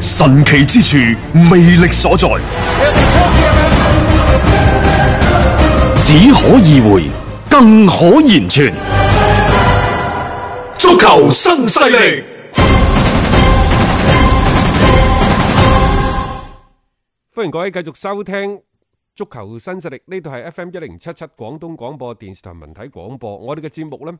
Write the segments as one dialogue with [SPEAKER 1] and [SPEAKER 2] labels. [SPEAKER 1] 神奇之處，魅力所在，只可意會，更可言傳。
[SPEAKER 2] 足球新勢力。
[SPEAKER 3] 歡迎各位繼續收聽足球新勢力，呢度係 F M 一零七七廣東廣播電視台文體廣播。我哋嘅節目呢，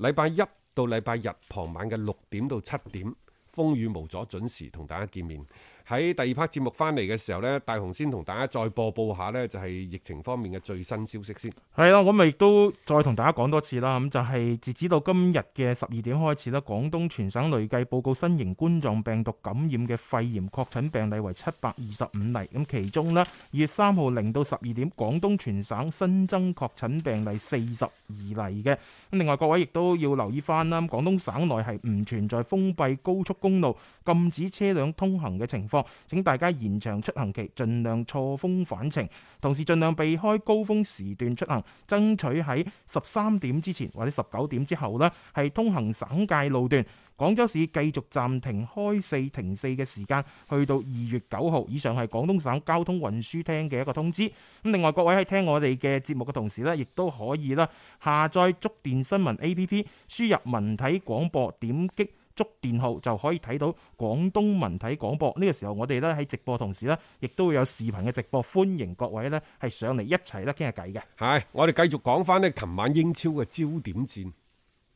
[SPEAKER 3] 禮拜一到禮拜日傍晚嘅六點到七點，風雨無阻準時同大家見面。喺第二 part 節目翻嚟嘅時候呢，大雄先同大家再播報下呢，就係疫情方面嘅最新消息先。
[SPEAKER 4] 係啦，我啊咪亦都再同大家講多次啦，咁就係截止到今日嘅十二點開始啦，廣東全省累計報告新型冠狀病毒感染嘅肺炎確診病例為七百二十五例，咁其中呢，二月三號零到十二點，廣東全省新增確診病例四十二例嘅。咁另外各位亦都要留意翻啦，廣東省內係唔存在封閉高速公路禁止車輛通行嘅情況，請大家延長出行期，盡量錯峰返程。同時盡量避開高峰時段出行，爭取喺十三點之前或者十九點之後呢，係通行省界路段。廣州市繼續暫停開四停四嘅時間，去到二月九號。以上係廣東省交通運輸廳嘅一個通知。咁另外各位喺聽我哋嘅節目嘅同時呢，亦都可以啦下載觸電新聞 A P P，輸入文體廣播，點擊。觸電號就可以睇到廣東文體廣播。呢、個時候我哋咧喺直播同時咧，亦都會有視頻嘅直播，歡迎各位咧係上嚟一齊咧傾下偈嘅。
[SPEAKER 3] 係，我哋繼續講翻呢，琴晚英超嘅焦點戰，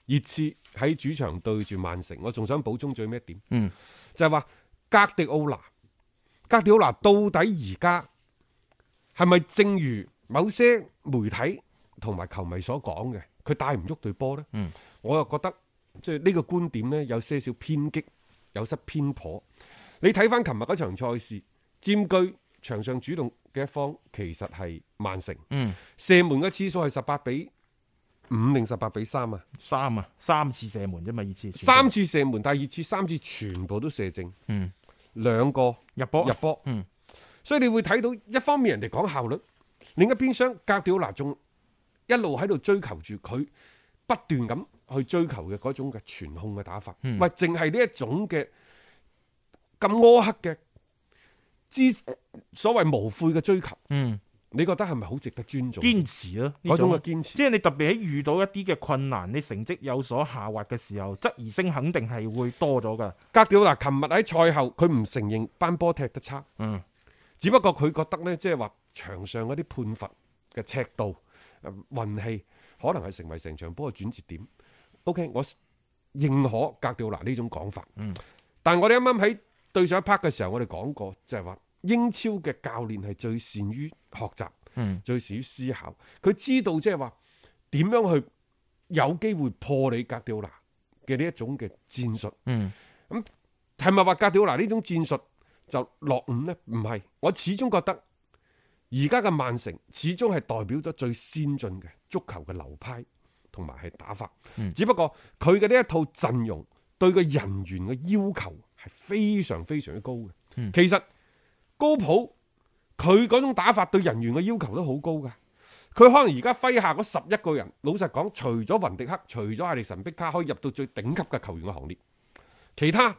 [SPEAKER 3] 熱刺喺主場對住曼城。我仲想補充最尾一點，
[SPEAKER 4] 嗯，
[SPEAKER 3] 就係話格迪奧拿，格迪奧拿到底而家係咪正如某些媒體同埋球迷所講嘅，佢帶唔喐隊波呢？
[SPEAKER 4] 嗯，
[SPEAKER 3] 我又覺得即係呢個觀點呢，有些少偏激，有失偏頗。你睇翻琴日嗰場賽事，佔據場上主動嘅一方其實係曼城。
[SPEAKER 4] 嗯，
[SPEAKER 3] 射門嘅次數係十八比五定十八比三啊，
[SPEAKER 4] 三啊，三次射門啫嘛，二次
[SPEAKER 3] 三次射門，但係熱刺三次全部都射正，
[SPEAKER 4] 嗯，
[SPEAKER 3] 兩個
[SPEAKER 4] 入波
[SPEAKER 3] 入波，
[SPEAKER 4] 嗯，
[SPEAKER 3] 所以你會睇到一方面人哋講效率，另一邊廂格調拿仲一路喺度追求住佢不斷咁去追求嘅嗰種嘅傳控嘅打法，
[SPEAKER 4] 嗯
[SPEAKER 3] 喂，淨係呢一種嘅咁苛刻嘅之所謂無悔嘅追求，
[SPEAKER 4] 嗯，
[SPEAKER 3] 你覺得係咪好值得尊重？
[SPEAKER 4] 堅持咯、呢啊
[SPEAKER 3] 嗰種嘅堅持。
[SPEAKER 4] 即係你特別喺遇到一啲嘅困難，你成績有所下滑嘅時候，質疑聲肯定係會多咗㗎。
[SPEAKER 3] 格調嗱，琴日喺賽後佢唔承認班波踢得差，
[SPEAKER 4] 嗯，
[SPEAKER 3] 只不過佢覺得呢，即係話場上嗰啲判罰嘅尺度、呃、運氣，可能係成為成場波嘅轉折點。OK，我認可格調嗱呢種講法。
[SPEAKER 4] 嗯，
[SPEAKER 3] 但我哋啱啱喺對上一 part 嘅時候，我哋講過就係話英超嘅教練係最善於學習，
[SPEAKER 4] 嗯，
[SPEAKER 3] 最善於思考，佢知道即係話點樣去有機會破你格調嗱嘅呢一種嘅戰術。
[SPEAKER 4] 嗯，
[SPEAKER 3] 係咪話格調拿呢種戰術就落伍呢？唔係，我始終覺得而家嘅曼城始終係代表咗最先進嘅足球嘅流派同埋係打法。
[SPEAKER 4] 嗯
[SPEAKER 3] 只不過佢嘅呢一套陣容對個人員嘅要求係非常非常之高嘅。
[SPEAKER 4] 嗯
[SPEAKER 3] 其實高普佢嗰種打法對人員嘅要求都好高㗎。佢可能而家麾下嗰十一個人，老實講，除咗雲迪克，除咗艾利神碧卡可以入到最頂級嘅球員嘅行列，其他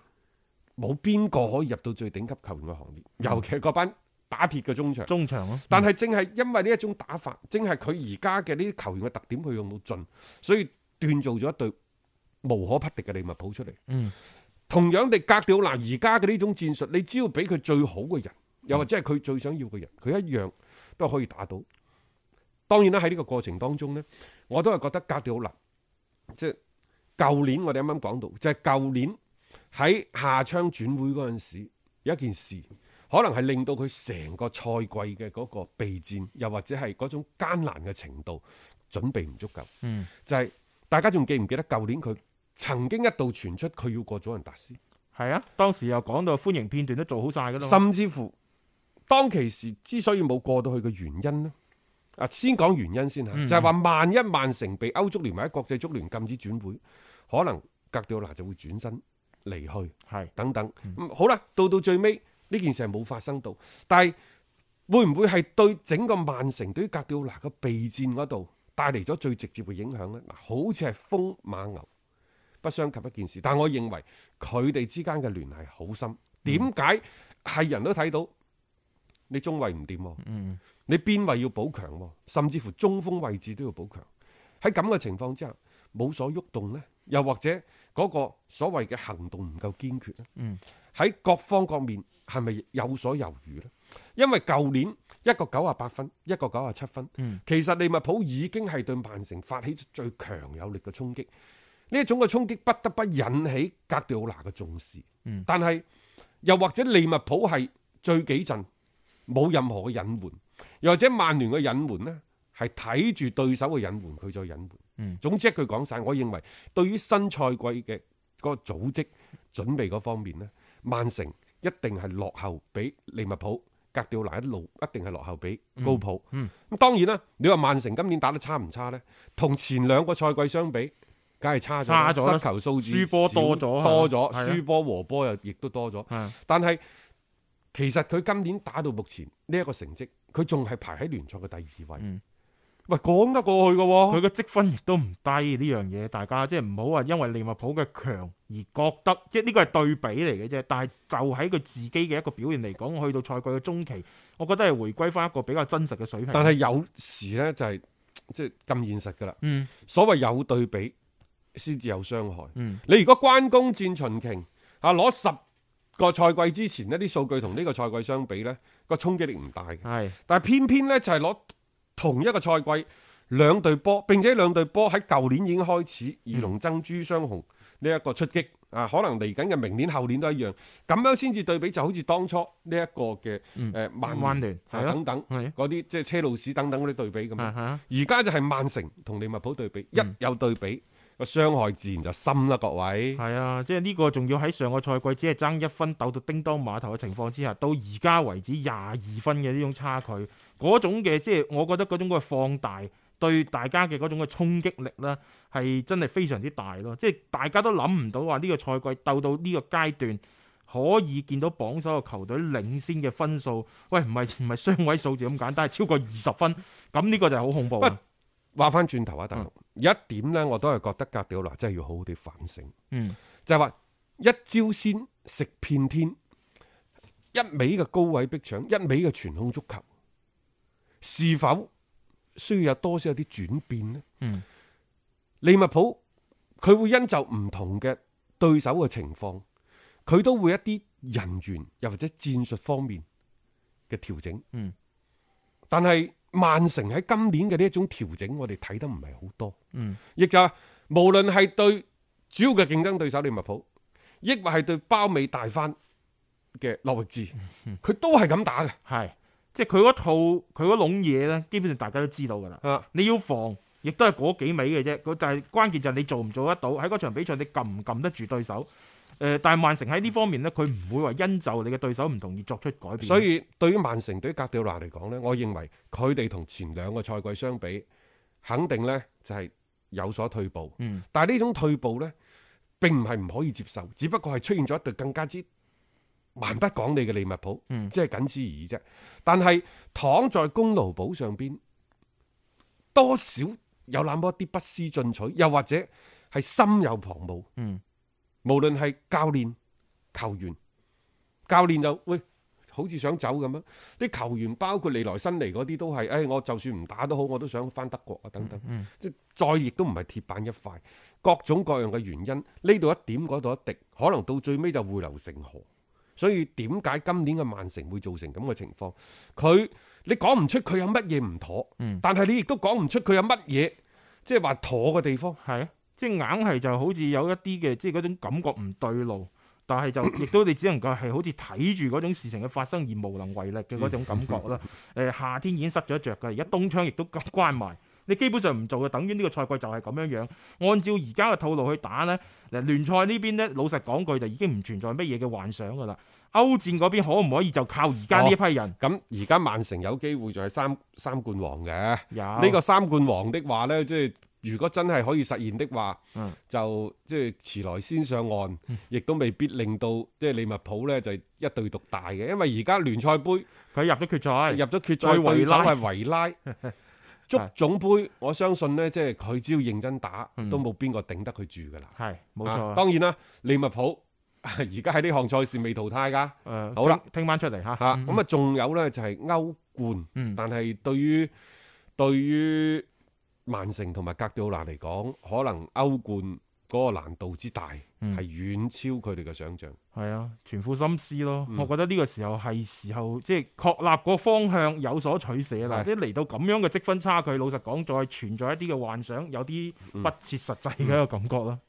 [SPEAKER 3] 冇邊個可以入到最頂級球員嘅行列，尤其係嗰班打鐵嘅中場。
[SPEAKER 4] 中場咯、
[SPEAKER 3] 但係正係因為呢一種打法，正係佢而家嘅呢啲球員嘅特點，去用到盡，所以鍛造咗一隊無可匹敵嘅利物浦出嚟。
[SPEAKER 4] 嗯，
[SPEAKER 3] 同樣地，格調拿而家嘅呢種戰術，你只要俾佢最好嘅人，又或者係佢最想要嘅人，佢一樣都可以打到。當然啦，喺呢個過程當中呢，我都係覺得格調拿，即係舊年我哋啱啱講到，就係、舊年喺夏窗轉會嗰陣時，有一件事。可能係令到佢成個賽季嘅嗰個備戰，又或者係嗰種艱難嘅程度，準備唔足夠。
[SPEAKER 4] 嗯，
[SPEAKER 3] 就係、大家仲記唔記得舊年佢曾經一度傳出佢要過祖雲達斯，
[SPEAKER 4] 係啊，當時又講到歡迎片段都做好晒噶啦嘛。
[SPEAKER 3] 甚至乎當其時之所以冇過到去嘅原因呢，啊，先講原因先嚇，
[SPEAKER 4] 嗯
[SPEAKER 3] 就係話萬一曼城被歐足聯或者國際足聯禁止轉會，可能格調拿就會轉身離去
[SPEAKER 4] 係
[SPEAKER 3] 等等。咁好啦，到到最尾呢件事係冇發生到，但係會唔會係對整個曼城對於格調拿嘅備戰嗰度帶嚟咗最直接嘅影響呢？嗱，好似係風馬牛。不相及一件事。但我認為佢哋之間嘅聯繫好深。點解係人都睇到你中衞唔掂喎？
[SPEAKER 4] 嗯
[SPEAKER 3] 你邊位要補強喎？甚至乎中鋒位置都要補強。喺咁嘅情況之下，冇所喐動呢？又或者嗰個所謂嘅行動唔夠堅決呢？
[SPEAKER 4] 嗯，
[SPEAKER 3] 喺各方各面係咪有所猶豫呢？因為舊年一個九啊八分，一個九啊七分，
[SPEAKER 4] 嗯
[SPEAKER 3] 其實利物浦已經係對曼城發起最強有力嘅衝擊。呢一種嘅衝擊不得不引起格迪奧拿嘅重視。
[SPEAKER 4] 嗯
[SPEAKER 3] 但係又或者利物浦係最幾陣冇任何嘅隱瞞，又或者曼聯嘅隱瞞呢，係睇住對手嘅隱瞞，佢再隱瞞。
[SPEAKER 4] 嗯
[SPEAKER 3] 總之一句講晒，我認為對於新賽季嘅嗰個組織準備嗰方面呢，曼城一定係落後俾利物浦。格調拿一路一定係落後俾高普，咁、
[SPEAKER 4] 嗯
[SPEAKER 3] 當然啦。你話曼城今年打得差唔差呢？同前兩個賽季相比，梗係差咗啦，
[SPEAKER 4] 差咗啦
[SPEAKER 3] 失球數字
[SPEAKER 4] 輸波多咗
[SPEAKER 3] 少多咗，
[SPEAKER 4] 係啊
[SPEAKER 3] 輸波和波又亦都多咗。
[SPEAKER 4] 係啊
[SPEAKER 3] 但係其實佢今年打到目前呢一個成績，佢仲係排喺聯賽嘅第二位。
[SPEAKER 4] 嗯
[SPEAKER 3] 喂，講得過去嘅喎、
[SPEAKER 4] 佢嘅積分亦都唔低呢樣嘢，大家即係唔好話因為利物浦嘅強而覺得，即係呢個係對比嚟嘅啫。但係就喺佢自己嘅一個表現嚟講，去到賽季嘅中期，我覺得係回歸翻一個比較真實嘅水平。
[SPEAKER 3] 但係有時呢，就係即係咁現實㗎啦。
[SPEAKER 4] 嗯
[SPEAKER 3] 所謂有對比先至有傷害。
[SPEAKER 4] 嗯
[SPEAKER 3] 你如果關公戰秦瓊啊，攞十個賽季之前呢啲數據同呢個賽季相比呢，個衝擊力唔大嘅。
[SPEAKER 4] 係
[SPEAKER 3] 但係偏偏呢，就係攞同一個賽季兩隊波，並且兩隊波喺舊年已經開始以龍爭珠雙雄呢一個出擊啊，可能嚟緊嘅明年後年都一樣，咁樣先至對比就好似當初呢一個嘅
[SPEAKER 4] 嗯
[SPEAKER 3] 誒曼
[SPEAKER 4] 曼
[SPEAKER 3] 聯
[SPEAKER 4] 聯
[SPEAKER 3] 啊
[SPEAKER 4] 係啊
[SPEAKER 3] 等等
[SPEAKER 4] 係啊
[SPEAKER 3] 嗰啲即係車路士等等嗰啲對比咁樣
[SPEAKER 4] 係。係啊
[SPEAKER 3] 而家就係曼城同利物浦對比，一
[SPEAKER 4] 嗯
[SPEAKER 3] 有對比個傷害自然就深啦，各位。
[SPEAKER 4] 係啊，即係呢個仲要喺上個賽季只係爭一分鬥到叮當碼頭嘅情況之下，到而家為止廿二分嘅呢種差距，嗰種嘅即係我覺得嗰種嘅放大對大家嘅嗰種嘅衝擊力呢，係真係非常之大咯。即係大家都諗唔到話呢個賽季鬥到呢個階段。可以見到榜首嘅球隊領先嘅分數，喂，唔係唔係雙位數字咁簡單，係超過二十分，咁呢個就係好恐怖啊！
[SPEAKER 3] 話翻轉頭啊，
[SPEAKER 4] 嗯
[SPEAKER 3] 大陸有一點呢，我都係覺得格迪奧拿真係要好好地反省。
[SPEAKER 4] 嗯
[SPEAKER 3] 就係話一招先食遍天，一味嘅高位逼搶，一味嘅傳控足球，是否需要有多少有啲轉變呢？
[SPEAKER 4] 嗯，
[SPEAKER 3] 利物浦佢會因就唔同嘅對手嘅情況，佢都會一啲人員又或者戰術方面嘅調整。
[SPEAKER 4] 嗯，
[SPEAKER 3] 但係曼城喺今年嘅呢一種調整，我哋睇得唔係好多。
[SPEAKER 4] 嗯，
[SPEAKER 3] 亦就係無論係對主要嘅競爭對手利物浦，抑或係對包尾大番嘅諾域治，佢都係咁打嘅。
[SPEAKER 4] 係，即係佢嗰套佢嗰籠嘢呢，基本上大家都知道㗎啦。
[SPEAKER 3] 啊，
[SPEAKER 4] 你要防，亦都係嗰幾味嘅啫。佢但係關鍵就係你做唔做得到喺嗰場比賽，你撳唔撳得住對手。誒、但係曼城喺呢方面呢，佢唔會話因就你嘅對手唔同而作出改變。
[SPEAKER 3] 所以對於曼城對於格調拿嚟講呢，我認為佢哋同前兩個賽季相比，肯定呢就係有所退步。
[SPEAKER 4] 嗯，
[SPEAKER 3] 但係呢種退步呢，並唔係唔可以接受，只不過係出現咗一隊更加之蠻不講理嘅利物浦，
[SPEAKER 4] 嗯
[SPEAKER 3] 即係僅此而已啫。但係躺在功勞簿上邊，多少有那麼一啲不思進取，又或者係心有旁騖。
[SPEAKER 4] 嗯，
[SPEAKER 3] 無論係教練、球員，教練就喂。好似想走咁樣，啲球員包括利來新嚟嗰啲都係，誒、哎我就算唔打都好，我都想翻德國啊等等。
[SPEAKER 4] 嗯
[SPEAKER 3] 即係再亦都唔係鐵板一塊，各種各樣嘅原因，呢度一點嗰度一滴，可能到最尾就匯流成河。所以點解今年嘅曼城會造成咁嘅情況？佢你講唔出佢有乜嘢唔妥，
[SPEAKER 4] 嗯
[SPEAKER 3] 但係你亦都講唔出佢有乜嘢，即係話妥嘅地方。
[SPEAKER 4] 係啊，即係硬係就好似有一啲嘅，即係嗰種感覺唔對路。但係 就亦都你只能夠係好似睇住嗰種事情嘅發生
[SPEAKER 3] 嗯
[SPEAKER 4] 而無能為力嘅嗰種感覺啦。誒、夏天已經失咗着㗎，而家冬窗亦都關埋。你基本上唔做嘅，等於呢個賽季就係咁樣樣。按照而家嘅套路去打呢，嗱聯賽呢邊呢，老實講句就已經唔存在乜嘢嘅幻想㗎啦。歐戰嗰邊可唔可以就靠而家呢一批人？
[SPEAKER 3] 咁而家曼城有機會仲係三三冠王嘅，啊呢
[SPEAKER 4] 有
[SPEAKER 3] 個三冠王的話呢，即係如果真係可以實現的話，
[SPEAKER 4] 嗯
[SPEAKER 3] 就即係遲來先上岸，亦都未必令到即係利物浦呢就係一對獨大嘅，因為而家聯賽杯
[SPEAKER 4] 佢入咗決賽，
[SPEAKER 3] 入咗決
[SPEAKER 4] 再
[SPEAKER 3] 賽，
[SPEAKER 4] 維
[SPEAKER 3] 對手
[SPEAKER 4] 拉
[SPEAKER 3] 係 維拉。足總杯，我相信呢，即係佢只要認真打，
[SPEAKER 4] 嗯
[SPEAKER 3] 都冇邊個頂得佢住㗎啦。
[SPEAKER 4] 係冇
[SPEAKER 3] 啊
[SPEAKER 4] 錯。
[SPEAKER 3] 當然啦，利物浦 而家喺呢項賽事未淘汰㗎。
[SPEAKER 4] 誒
[SPEAKER 3] 好啦，
[SPEAKER 4] 聽聽晚出嚟嚇。
[SPEAKER 3] 吓
[SPEAKER 4] 嗯
[SPEAKER 3] 咁啊，仲有咧就係歐冠，
[SPEAKER 4] 嗯
[SPEAKER 3] 但係對於對於曼城同埋格調蘭嚟講，可能歐冠嗰個難度之大，
[SPEAKER 4] 嗯
[SPEAKER 3] 係遠超佢哋嘅想象。
[SPEAKER 4] 係啊，全副心思咯。
[SPEAKER 3] 嗯
[SPEAKER 4] 我覺得呢個時候係時候即係確立個方向有所取捨啦。
[SPEAKER 3] 係
[SPEAKER 4] 即係嚟到咁樣嘅積分差距，老實講，再存在一啲嘅幻想，有啲不切實際嘅一個感覺啦。